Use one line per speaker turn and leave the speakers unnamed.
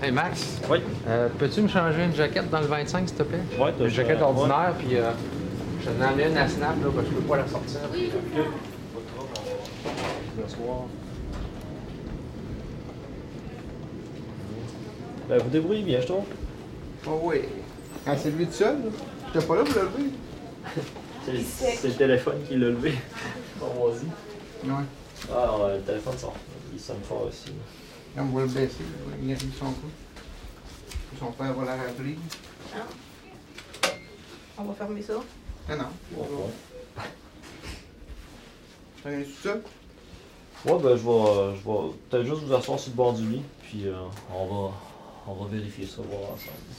Hey Max,
Oui.
euh, peux-tu me changer une jaquette dans le 25, s'il te plaît?
Ouais, t'as-
Une jaquette
euh,
ordinaire, puis euh, je t'en ai une à Snap, là, parce que je peux pas la sortir.
Ben, vous débrouillez bien, je trouve.
Oh oui.
Ah, c'est lui tout seul, là. J'étais pas là pour le lever.
C'est c'est le téléphone qui l'a levé. Bon, vas-y.
Ouais.
Ah, ouais, le téléphone sort. Il sonne fort aussi.
On va le baisser. là. Il arrive son coup. Son père va la rappeler.
On va fermer ça.
Ah non.
Bon, bon.
T'as rien tout ça?
Ouais, ben, je vais, je vais peut-être juste vous asseoir sur le bord du lit, puis euh, on, va, on va vérifier ça, voir ensemble.